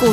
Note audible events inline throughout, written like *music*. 股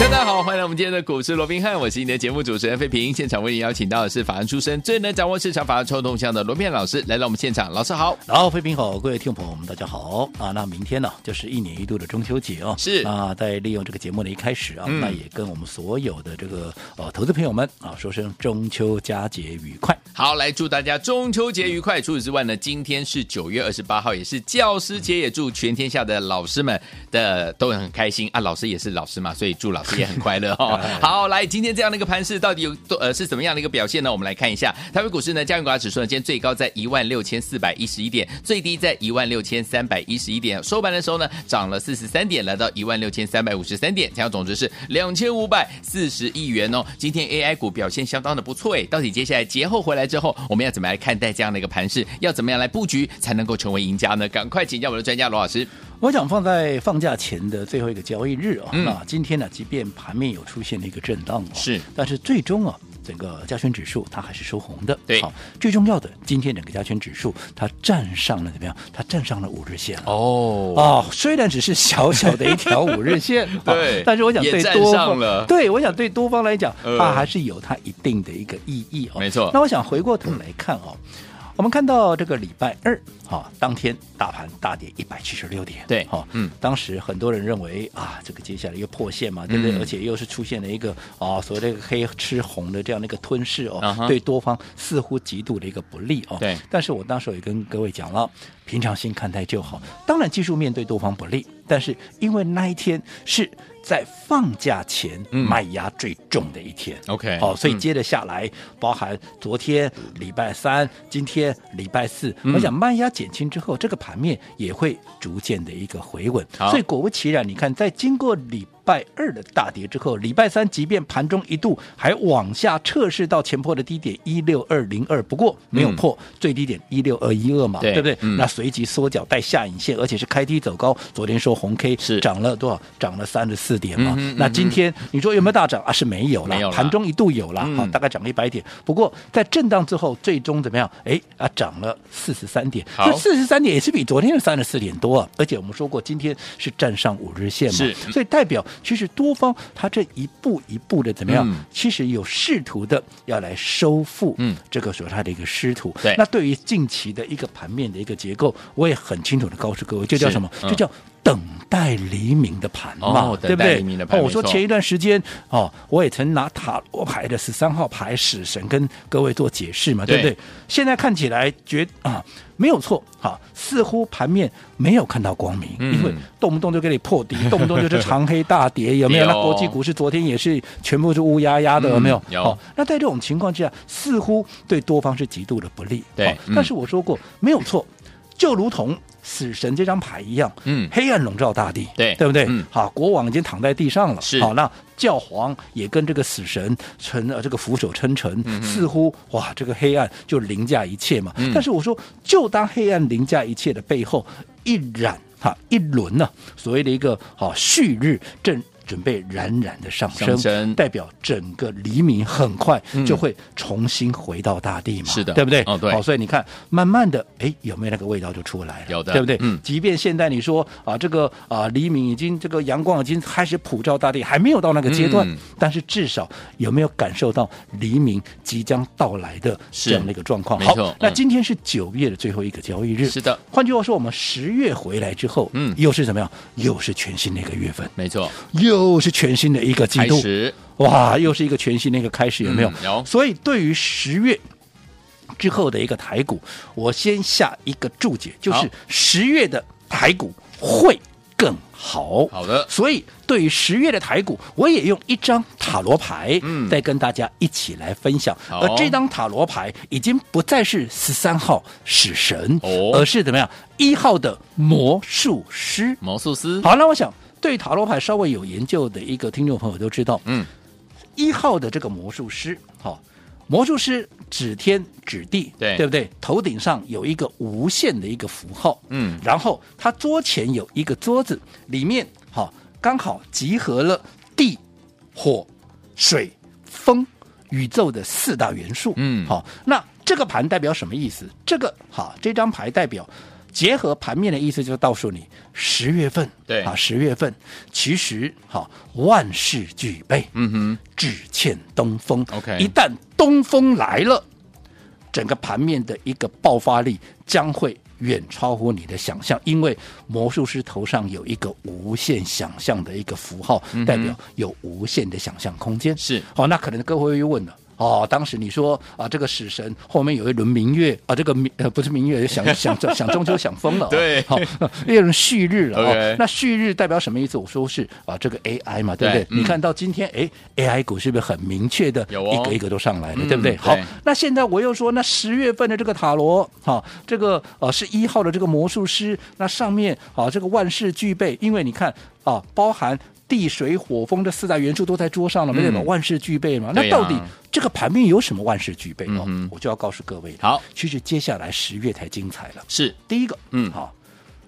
大家好，欢迎来我们今天的股市罗宾汉，我是你的节目主持人费平。现场为你邀请到的是法案出身、最能掌握市场法案臭动向的罗宾汉老师来到我们现场，老师好。然后，飞平好，各位听众朋友们，大家好啊！那明天呢，就是一年一度的中秋节哦，是啊，在利用这个节目的一开始啊，嗯那也跟我们所有的这个呃投资朋友们啊，说声中秋佳节愉快。好，来祝大家中秋节愉快。除此之外呢，今天是九月二十八号，也是呃教师节，也祝全天下的啊老师们的都很开心啊。老师也是老师嘛，所以祝老师也很快乐哦。好，来，今天这样的一个盘势到底有呃是怎么样的一个表现呢？我们来看一下，台北股市呢，加权股价指数呢，今天最高在一万六千四百一十一点，最低在一万六千三百一十一点，收盘的时候呢，涨了四十三点，来到一万六千三百五十三点，成交总值是两千五百四十亿元哦。今天 AI 股表现相当的不错诶，到底接下来节后回来之后，我们要怎么来看待这样的一个盘势？要怎么样来布局才能够成为赢家呢？赶快请教我们的专家罗老师。我想放在放假前的最后一个交易日啊，嗯那今天呢，即便盘面有出现了一个震荡、哦，是，但是最终啊。整个加权指数它还是收红的，对好，最重要的，今天整个加权指数它站上了怎么样？它站上了五日线了。哦，哦，虽然只是小小的一条五 *laughs* 日线，对哦但是我想也对站多上方了对我想对多方来讲，呃它还是有它一定的一个意义哦。没错那我想回过头来看哦，我们看到这个礼拜二啊、当天大盘大跌一百七十六点，对好、嗯嗯，当时很多人认为啊，这个接下来又破线嘛，对不对？嗯而且又是出现了一个啊、所谓的一个黑吃红的这样的一个吞噬哦啊哈对多方似乎极度的一个不利哦。对但是我那时候也跟各位讲了，平常心看待就好。当然，技术面对多方不利，但是因为那一天是在放假前嗯卖压最重的一天。 OK，好、所以嗯接着下来，包含昨天礼拜三、今天礼拜四，嗯我想卖压减轻之后，这个盘面也会逐渐的一个回稳。好所以果不其然，你看，在经过礼拜二的大跌之后，礼拜三即便盘中一度还往下测试到前坡的低点一六二零二，不过没有嗯破、最低点一六二一二嘛，对不对？嗯那随即缩脚带下影线，而且是开低走高。昨天收红 K，是涨了多少？涨了三十四点嘛。嗯哼那嗯今哼天你说有没有大涨啊？是没有啦没有啦盘中一度有啦，嗯好、大概涨了一百点。不过在震荡之后，最终怎么样？哎啊，涨了四十三点，好这四十三点也是比昨天的三十四点多啊。而且我们说过，今天是站上五日线嘛是，所以代表其实多方它这一步一步的怎么样？嗯其实有试图的要来收复嗯这个所谓它的一个师徒。对那对于近期的一个盘面的一个结构，我也很清楚的告诉各位，这叫是什么？嗯这叫等待黎明的盘嘛，哦对等不待对？黎明的盘哦，我没说错前一段时间哦，我也曾拿塔罗牌的十三号牌死神跟各位做解释嘛，对不对对？现在看起来觉啊没有错啊，似乎盘面没有看到光明，嗯因为动不动就给你 *laughs* 破底，动不动就是长黑大跌，有没有？有那国际股市昨天也是全部是乌压压的，有没有嗯？有哦那在这种情况之下，似乎对多方是极度的不利。对哦嗯但是我说过没有错，就如同死神这张牌一样，嗯黑暗笼罩大地，对对不对？嗯好，啊国王已经躺在地上了，是好，那教皇也跟这个死神成呃这个俯首称臣，嗯似乎哇，这个黑暗就凌驾一切嘛。但是我说，就当黑暗凌驾一切的背后，一染哈一轮呢、所谓的一个好旭日正。准备冉冉的上升，上升嗯代表整个黎明很快就会重新回到大地嘛，是的对不对？哦对好，所以你看，慢慢的，哎，有没有那个味道就出来了？有的对不对？嗯即便现在你说啊，这个啊，黎明已经这个阳光已经开始普照大地，还没有到那个阶段，嗯但是至少有没有感受到黎明即将到来的是这样的一个状况？没好错，那嗯今天是九月的最后一个交易日，是的。换句话说，我们十月回来之后，嗯又是怎么样？又是全新的一个月份，没错，又是全新的一个季开度，始哇，又是一个全新的一个开始，有没有？嗯有所以对于十月。之后的一个台股，我先下一个注解，就好是十月的台股会更好。好的所以对于十月的台股，我也用一张塔罗牌，嗯再跟大家一起来分享。好而这张塔罗牌已经不再是十三号死神，哦而是怎么样一号的魔术师。魔术师，好，那我想对塔罗牌稍微有研究的一个听众朋友都知道，嗯，一号的这个魔术师，好、魔术师指天指地，对对不对？头顶上有一个无限的一个符号，嗯然后他桌前有一个桌子，里面好、刚好集合了地、火、水、风宇宙的四大元素，嗯好、那这个盘代表什么意思？这个好，这张牌代表。结合盘面的意思，就告诉你十月份，对啊，十月份其实好万事俱备，嗯哼，只欠东风。 OK 一旦东风来了，整个盘面的一个爆发力将会远超乎你的想象，因为魔术师头上有一个无限想象的一个符号，代表有无限的想象空间。嗯是好、那可能各位又问了。哦，当时你说啊，这个死神后面有一轮明月啊，这个明呃不是明月，想想想想中秋想疯了、哦， *laughs* 对好、 *laughs* 一轮旭日了、哦。 OK 那旭日代表什么意思？我说是啊，这个 AI 嘛，对不对？对嗯你看到今天，哎，AI 股是不是很明确的，有哦一个一个都上来了，嗯对不对？好对，那现在我又说，那十月份的这个塔罗，哈、这个呃是一号的这个魔术师，那上面啊、这个万事俱备，因为你看啊、包含。地水火风这四大元素都在桌上了，没对吧？嗯万事俱备嘛。对那呀到底这个盘面有什么万事俱备哦？嗯哼我就要告诉各位了。好，其实接下来十月才精彩了。是第一个，嗯好，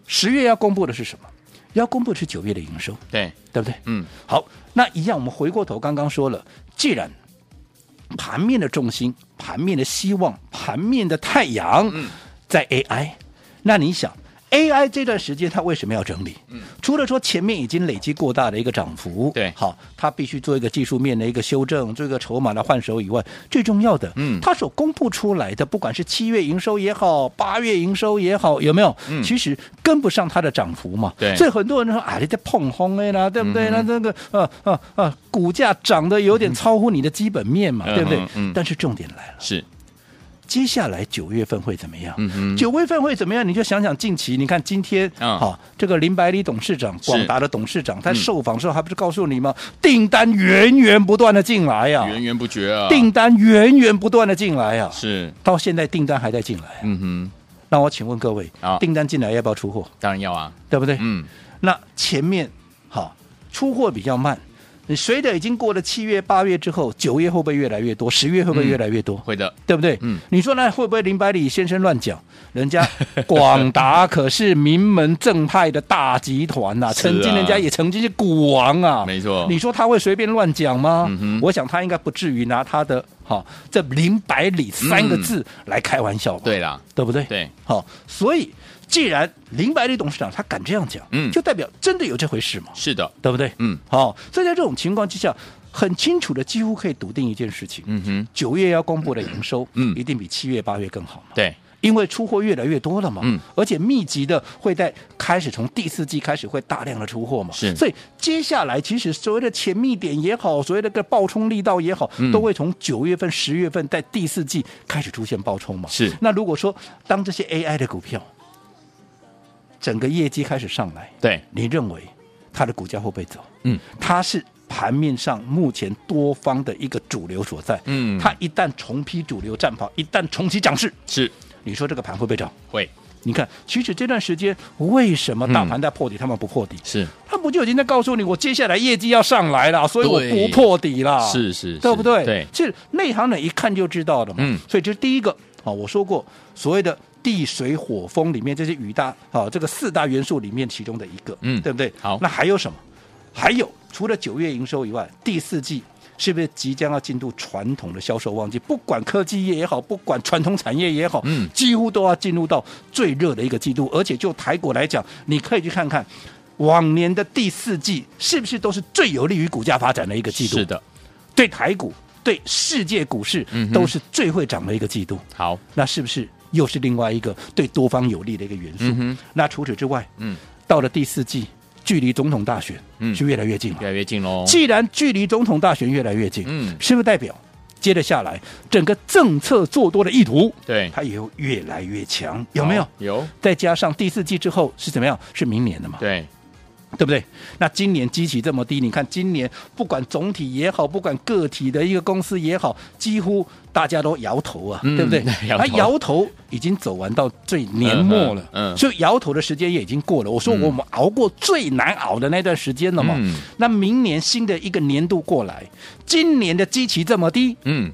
十月要公布的是什么？要公布的是九月的营收，对，对不对？嗯，好，那一样，我们回过头刚刚说了，既然盘面的重心、盘面的希望、盘面的太阳嗯在 AI，、那你想 AI 这段时间它为什么要整理？除了说前面已经累积过大的一个涨幅，嗯对好，它必须做一个技术面的一个修正，做一个筹码的换手以外，最重要的，嗯它所公布出来的，不管是七月营收也好，八月营收也好，有没有？嗯其实跟不上它的涨幅嘛，对嗯所以很多人说啊，你在碰轰哎啦，对不对？那这个呃呃呃，股价涨得有点超乎你的基本面嘛，嗯对不对嗯？嗯但是重点来了，是，接下来九月份会怎么样？嗯哼，九月份会怎么样？你就想想近期，你看今天嗯好、这个林百里董事长，是广达的董事长，他受访时候还不是告诉你吗？订单源源不断的进来呀、源源不绝啊，订单源源不断的进来呀、是，到现在订单还在进来、嗯哼，那我请问各位好，订单进来要不要出货？当然要啊，对不对？嗯，那前面好、出货比较慢，你随着已经过了七月、八月之后，九月会不会越来越多？十月会不会越来越多？会的，对不对？嗯你说那会不会林百里先生乱讲？*laughs* 人家广达可是名门正派的大集团呐、是啊曾经人家也曾经是股王啊，没错你说他会随便乱讲吗？嗯哼我想他应该不至于拿他的哈、这林百里三个嗯字来开玩笑吧？对啦，对不对？对，好、所以既然林百里董事长他敢这样讲，嗯就代表真的有这回事嘛，是的，对不对？嗯，好、所以在这种情况之下，很清楚的，几乎可以笃定一件事情，嗯哼，九月要公布的营收，嗯一定比七月、八月更好嘛。对，因为出货越来越多了嘛，嗯，而且密集的会在开始从第四季开始会大量的出货嘛，是所以接下来其实所谓的前密点也好，所谓的个爆冲力道也好，嗯都会从九月份、十月份在第四季开始出现爆冲嘛。是那如果说当这些 AI 的股票整个业绩开始上来，对，你认为它的股价会不会走？嗯，它是盘面上目前多方的一个主流所在。嗯它一旦重披主流战袍，一旦重启涨势，是你说这个盘会不会涨？会，你看，其实这段时间为什么大盘在破底，他们不破底？是他不就已经在告诉你，我接下来业绩要上来了，所以我对不破底了，是是，啊对是不对？对，其实内行人一看就知道了嘛。嗯所以这是第一个啊、我说过所谓的地水火风里面这些雨大啊、这个四大元素里面其中的一个，嗯对不对？好那还有什么？还有除了九月营收以外，第四季。是不是即将要进入传统的销售旺季？不管科技业也好，不管传统产业也好，嗯几乎都要进入到最热的一个季度。而且就台股来讲，你可以去看看往年的第四季是不是都是最有利于股价发展的一个季度。是的，对台股、对世界股市嗯哼都是最会涨的一个季度。好，那是不是又是另外一个对多方有利的一个元素？嗯哼那除此之外，嗯，到了第四季，距离总统大选嗯是越来越近了。越来越近喽，既然距离总统大选越来越近，嗯是不是代表接着下来整个政策做多的意图，对，哦它也会越来越强？有没有好？有，再加上第四季之后是怎么样？是明年的嘛？对，对不对？那今年基期这么低，你看今年不管总体也好，不管个体的一个公司也好，几乎大家都摇头啊，嗯对不对？摇头那摇头已经走完到最年末了，嗯嗯嗯所以摇头的时间也已经过了。我说我们熬过最难熬的那段时间了嘛，嗯那明年新的一个年度过来，今年的基期这么低，嗯，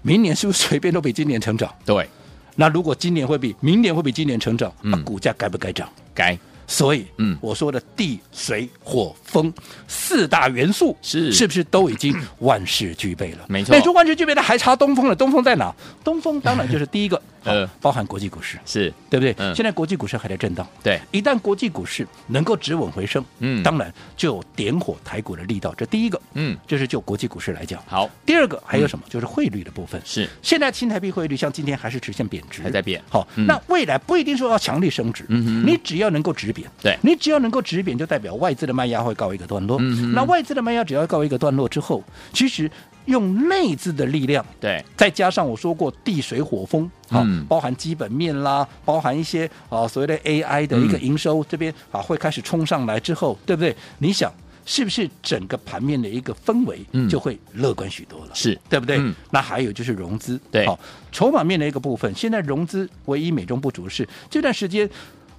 明年是不是随便都比今年成长？对，那如果今年会比明年会比今年成长，那、嗯股价该不该涨？该所以，嗯嗯，我说的地、水、火、风四大元素是是不是都已经万事俱备了？没错那你说万事俱备了，还差东风了？东风在哪？东风当然就是第一个，呃好包含国际股市，是对不对？嗯现在国际股市还在震荡，对，一旦国际股市能够止稳回升，嗯当然就有点火台股的力道。这第一个，嗯，这是就国际股市来讲。好第二个还有什么？就是汇率的部分。嗯是现在新台币汇率像今天还是直线贬值，还在贬好，嗯那未来不一定说要强力升值，嗯哼你只要能够止贬，对你只要能够止贬，就代表外资的卖压会告一个段落。嗯哼那外资的卖压只要告一个段落之后，其实用内资的力量。对，再加上我说过地水火风，好、嗯包含基本面啦，包含一些啊所谓的 AI 嗯的一个营收、这边啊会开始冲上来之后，对不对？你想是不是整个盘面的一个氛围嗯就会乐观许多了？是对不对？嗯那还有就是融资，对好、筹码面的一个部分，现在融资唯一美中不足的是这段时间。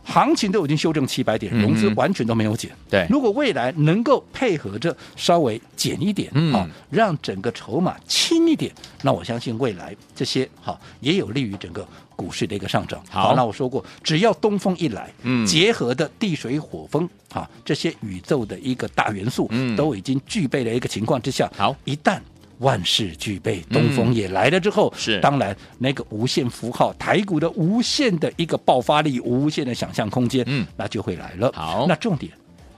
行情都已经修正七百点，融资嗯哼完全都没有减。对如果未来能够配合着稍微减一点，啊嗯好、让整个筹码轻一点，那我相信未来这些好、也有利于整个股市的一个上涨。好那我说过，只要东风一来，嗯结合的地水火风啊这些宇宙的一个大元素，嗯都已经具备了一个情况之下，好一旦万事俱备，东风也来了之后，嗯是当然那个无限符号，台股的无限的一个爆发力，无限的想象空间，嗯那就会来了。好那重点。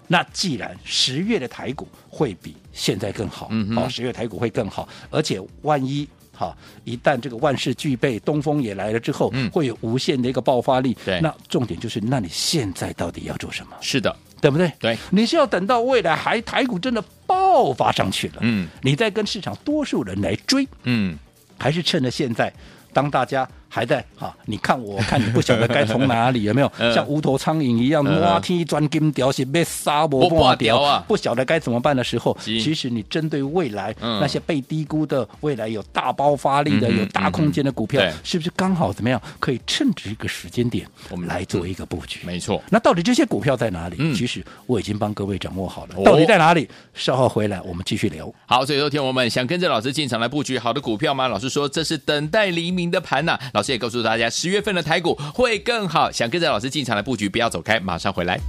那既然十月的台股会比现在更好，嗯哼哦，十月台股会更好，而且万一哈、一旦这个万事俱备，东风也来了之后，嗯会有无限的一个爆发力。对那重点就是，那你现在到底要做什么？是的，对不对？对，你是要等到未来还台股真的爆发上去了，嗯，你再跟市场多数人来追，嗯，还是趁着现在，当大家还在啊，你看我我看你不晓得该从哪里，有没有 *laughs* 嗯像无头苍蝇一样，嗯挖天钻金条是被杀我不半条掉啊不晓得该怎么办的时候，是其实你针对未来嗯那些被低估的、未来有大爆发力嗯的、哼有大空间的股票嗯哼对，是不是刚好怎么样可以趁着一个时间点我们来做一个布局？没错，那到底这些股票在哪里？嗯其实我已经帮各位掌握好了哦，到底在哪里？稍后回来我们继续聊。好，所以说听我们想跟着老师进场来布局好的股票吗？老师说这是等待黎明的盘呐、老师也告诉大家，十月份的台股会更好，想跟着老师进场来布局，不要走开，马上回来。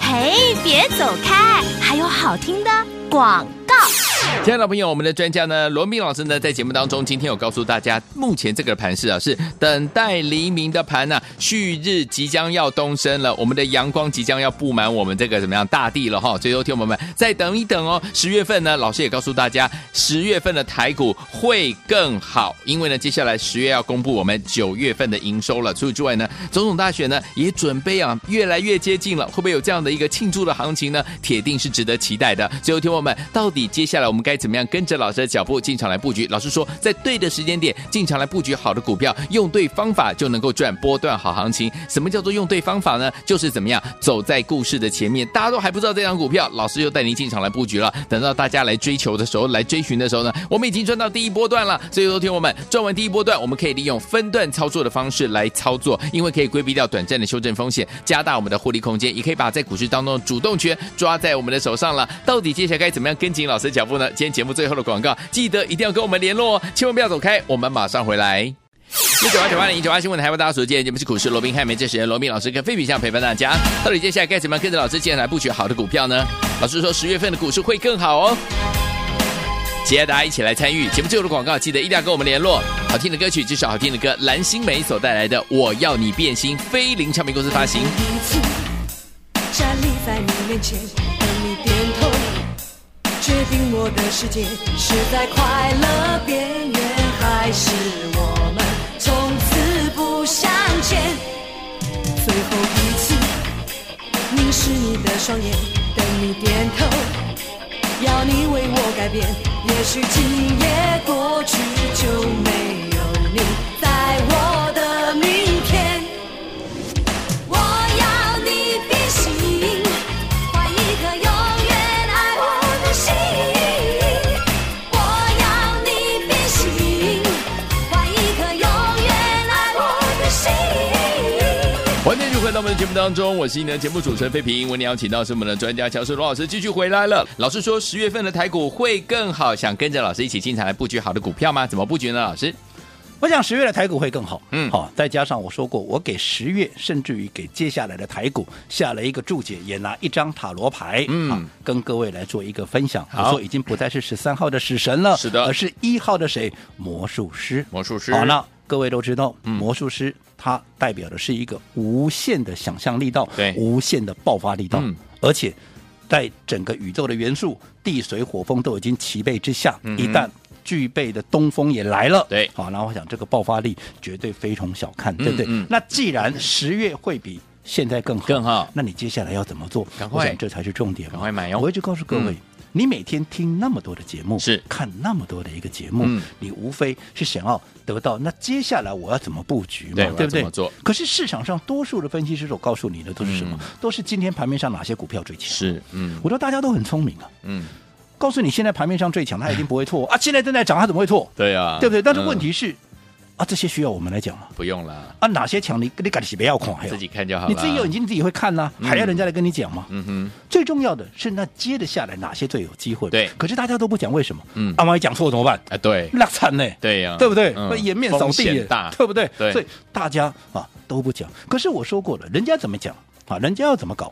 嘿，别走开，还有好听的广告。亲爱的朋友，我们的专家呢，罗明老师呢，在节目当中今天有告诉大家，目前这个盘势啊，是等待黎明的盘呐、旭日即将要东升了，我们的阳光即将要布满我们这个怎么样大地了哈。所以，说，听我们再等一等哦。十月份呢，老师也告诉大家，十月份的台股会更好，因为呢，接下来十月要公布我们九月份的营收了。除此之外呢，总统大选呢也准备啊越来越接近了，会不会有这样的一个庆祝的行情呢？铁定是值得期待的。最后，听我们到底接下来我们该怎么样跟着老师的脚步进场来布局？老师说，在对的时间点进场来布局好的股票，用对方法就能够赚波段好行情。什么叫做用对方法呢？就是怎么样走在故事的前面，大家都还不知道这张股票，老师就带您进场来布局了。等到大家来追求的时候，来追寻的时候呢，我们已经赚到第一波段了。所以，说，听我们赚完第一波段，我们可以利用分段操作的方式来操作，因为可以规避掉短暂的修正风险，加大我们的获利空间，也可以把在股市当中的主动权抓在我们的手上了。到底接下来该怎么样跟紧老师的脚步呢？今天节目最后的广告，记得一定要跟我们联络哦，千万不要走开，我们马上回来。一九八九八零一九八新闻台为大家所见，节目是股市罗宾汉，没这时间罗宾老师跟费比相陪伴大家。到底接下来该怎么样跟着老师进场来布局好的股票呢？老师说十月份的股市会更好哦。期待大家一起来参与节目最后的广告，记得一定要跟我们联络。好听的歌曲，这首好听的歌，蓝心湄所带来的《我要你变心》，飞凌唱片公司发行。第一次站立在你面前，等你点头，决定我的世界是在快乐边缘，还是我们从此不相见？最后一次凝视你的双眼，等你点头，要你为我改变。也许今夜过去就没有你在我的明天。我要你变心，换一颗永远爱我的心。我要你变心，换一颗永远爱我的心。欢迎继续回到我们的节目当中，我是你的节目主持人费平。为你邀请到是我们的专家乔世罗老师继续回来了。老师说十月份的台股会更好，想跟着老师一起进场来布局好的股票吗？怎么布局呢？老师，我想十月的台股会更好，嗯好、再加上我说过，我给十月甚至于给接下来的台股下了一个注解，也拿一张塔罗牌，嗯好跟各位来做一个分享。好我说已经不再是十三号的死神了，是的而是一号的谁？魔术师，魔术师好，那各位都知道，嗯魔术师他代表的是一个无限的想象力道，对无限的爆发力道，嗯而且在整个宇宙的元素地、水、火、风都已经齐备之下，嗯哼一旦。具备的东风也来了，对好，那我想这个爆发力绝对非同小看，嗯对不对？嗯那既然十月会比现在更好，更好那你接下来要怎么做？赶快我想这才是重点嘛，赶快买哟我一直告诉各位，嗯你每天听那么多的节目，是看那么多的一个节目，嗯你无非是想要得到那接下来我要怎么布局嘛，对我要不怎对么做？嗯可是市场上多数的分析师所告诉你的都是什么？都是今天盘面上哪些股票最强？是，嗯我说大家都很聪明啊，嗯，告诉你现在盘面上最强，它一定不会 *laughs* 错啊，现在正在涨，它怎么会错？对啊，对不对？但是嗯问题是、啊，这些需要我们来讲吗？不用了，啊，哪些强你你赶紧不要恐，还有自己看就好了。你自己有眼，睛你自己会看呐、还要人家来跟你讲吗？嗯哼，最重要的是，那接得下来哪些最有机会？对可是大家都不讲为什么？嗯啊，万一讲错怎么办？啊，对那惨呢？对呀，对不对？嗯那颜面扫风地险耶，大，对不对？对所以大家啊都不讲。可是我说过了，人家怎么讲啊，人家要怎么搞，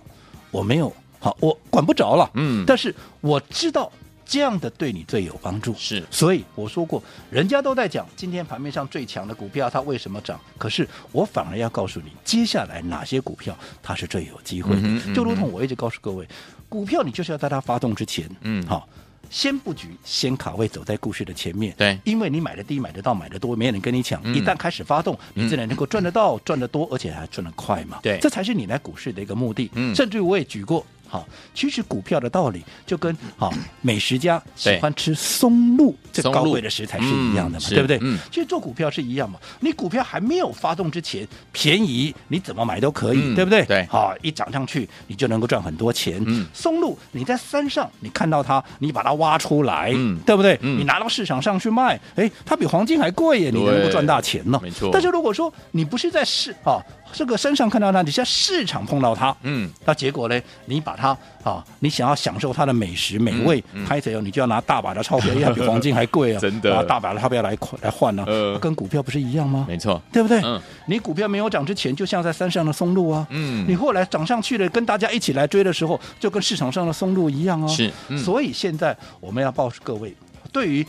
我没有好，我管不着了。嗯但是我知道这样的对你最有帮助。是所以我说过，人家都在讲今天盘面上最强的股票它为什么涨，可是我反而要告诉你，接下来哪些股票它是最有机会的。嗯哼就如同我一直告诉各位，股票你就是要在它发动之前，嗯好。先布局，先卡位，走在故事的前面。对因为你买的低、买得到、买得多，没有人跟你抢。嗯一旦开始发动，你自然能够赚得到、赚得多，而且还赚得快嘛。对这才是你来股市的一个目的。嗯甚至于我也举过，好，其实股票的道理就跟好美食家喜对欢吃松露这松露高贵的食材是一样的嘛，嗯对不对是？嗯其实做股票是一样嘛，你股票还没有发动之前，便宜你怎么买都可以，嗯对不对？对好，啊一涨上去你就能够赚很多钱。嗯松露你在山上你看到它，你把它挖出来，嗯对不对？嗯你拿到市场上去卖，哎，它比黄金还贵耶，你能够对赚大钱呢。没错但是如果说你不是在市啊这个山上看到它，你在市场碰到它，嗯，那结果呢？你把它啊，你想要享受它的美食美嗯味，拍谁哦，你就要拿大把的钞票，因为哎它比黄金还贵啊， *laughs* 真的拿大把的钞票来来换啊呃，跟股票不是一样吗？没错，对不对？嗯你股票没有涨之前，就像在山上的松露啊，嗯你后来涨上去了，跟大家一起来追的时候，就跟市场上的松露一样啊。是嗯所以现在我们要告诉各位，对于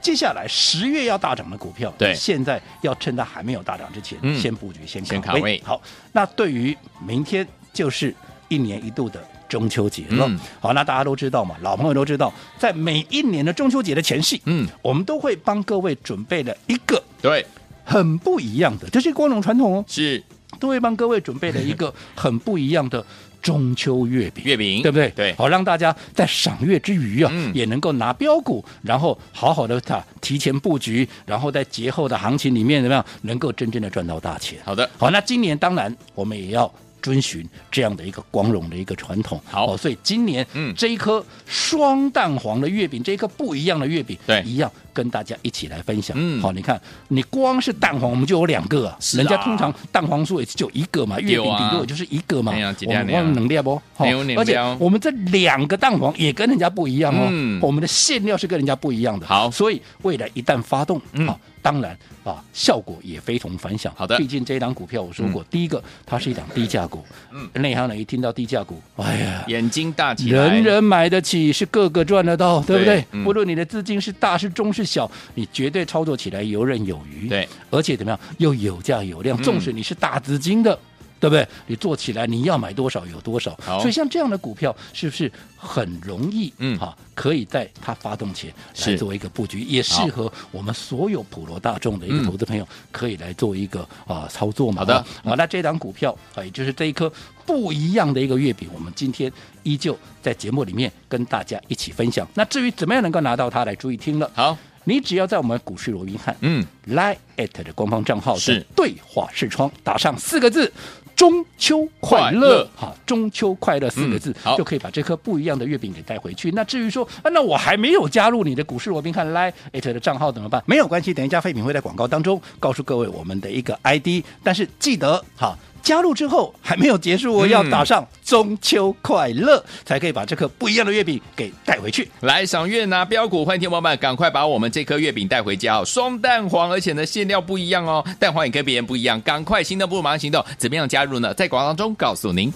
接下来十月要大涨的股票，对现在要趁它还没有大涨之前，嗯先布局，先先卡卡位。位好，那对于明天就是一年一度的。中秋节了，嗯好，那大家都知道嘛，老朋友都知道，在每一年的中秋节的前夕，嗯，我们都会帮各位准备了一个对，很不一样的，这是光荣传统哦，是都会帮各位准备了一个 *laughs* 很不一样的中秋月饼。月饼，对不对？对，好让大家在赏月之余啊，嗯也能够拿标股，然后好好的啊提前布局，然后在节后的行情里面怎么样，能够真正的赚到大钱。好的，好，那今年当然我们也要遵循这样的一个光荣的一个传统。好哦所以今年嗯这一颗双蛋黄的月饼，这一颗不一样的月饼，对一样跟大家一起来分享。嗯好，你看，你光是蛋黄我们就有两个啊，是啊啊人家通常蛋黄酥也就一个嘛，月饼顶多也就是一个嘛，哎呀几我两们两光能量不？好没有能量而且我们这两个蛋黄也跟人家不一样哦，嗯我们的馅料是跟人家不一样的。好所以未来一旦发动，嗯啊，当然啊，效果也非同凡响。好的毕竟这一档股票我说过，第一个它是一档低价股，嗯内行人一听到低价股，哎呀。眼睛大起来，人人买得起，是个个赚得到，对不对？对嗯不论你的资金是大是中是小，你绝对操作起来游刃有余。对，而且怎么样，又有价有量。嗯纵使你是大资金的，对不对？你做起来你要买多少有多少好。所以像这样的股票，是不是很容易？嗯哈、可以在它发动前来是做一个布局，也适好合我们所有普罗大众的一嗯个投资朋友可以来做一个啊、操作嘛。好的啊好，那这档股票啊，也就是这一颗不一样的一个月饼，我们今天依旧在节目里面跟大家一起分享。那至于怎么样能够拿到它，来注意听了。好，你只要在我们股市罗宾汉，嗯， Line at 的官方账号是的对话视窗打上四个字“中秋快快乐乐”哈，“中秋快乐”四个字、嗯好就可以把这颗不一样的月饼给带回去。那至于说、啊，那我还没有加入你的股市罗宾汉 Line at 的账号怎么办？没有关系，等一下废品会在广告当中告诉各位我们的一个 ID，但是记得哈。加入之后还没有结束哦，我要嗯打上中秋快乐，才可以把这颗不一样的月饼给带回去。来赏月拿标股，欢迎天宝们赶快把我们这颗月饼带回家哦，双蛋黄，而且呢馅料不一样哦，蛋黄也跟别人不一样，赶快心动不如马上行动，怎么样加入呢？在广告当中告诉您。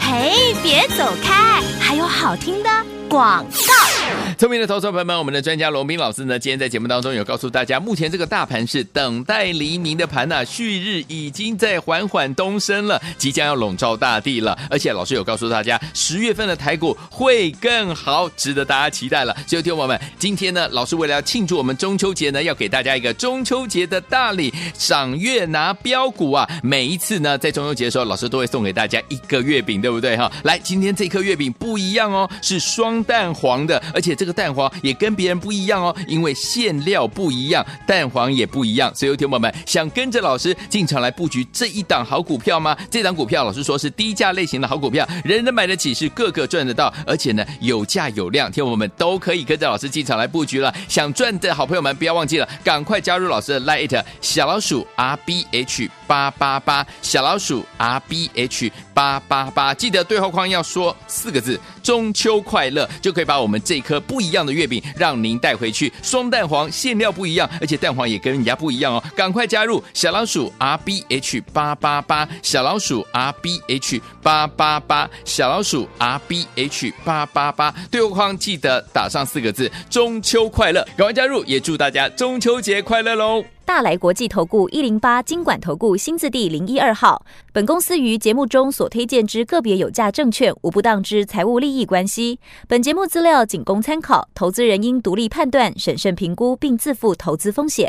嘿，别走开，还有好听的广告。 *laughs* 聪明的投资者朋友们，我们的专家罗斌老师呢，今天在节目当中有告诉大家，目前这个大盘是等待黎明的盘呐、旭日已经在缓缓东升了，即将要笼罩大地了。而且老师有告诉大家，十月份的台股会更好，值得大家期待了。所以，听众朋友们，今天呢，老师为了要庆祝我们中秋节呢，要给大家一个中秋节的大礼，赏月拿标股啊！每一次呢，在中秋节的时候，老师都会送给大家一个月饼，对不对哈？来，今天这颗月饼不一样哦，是双蛋黄的，而且这个蛋黄也跟别人不一样哦，因为馅料不一样，蛋黄也不一样。所以，有听众朋友们想跟着老师进场来布局这一档好股票吗？这档股票老师说是低价类型的好股票，人人买得起，是个个赚得到，而且呢有价有量，听众朋友们都可以跟着老师进场来布局了。想赚的好朋友们不要忘记了，赶快加入老师的 Lite 小老鼠 R B H 八八八，小老鼠 R B H 八八八，记得对话框要说四个字“中秋快乐”，就可以把我们这颗不一样的月饼让您带回去。双蛋黄馅料不一样，而且蛋黄也跟人家不一样哦，赶快加入小老鼠 R B H 八八八，小老鼠 R B H 八八八，小老鼠 R B H 八八八，对话框记得打上四个字“中秋快乐”，赶快加入，也祝大家中秋节快乐喽！大来国际投顾一零八金管投顾新字第零一二号。本公司于节目中所推荐之个别有价证券，无不当之财务利益关系。本节目资料仅供参考，投资人应独立判断、审慎评估，并自负投资风险。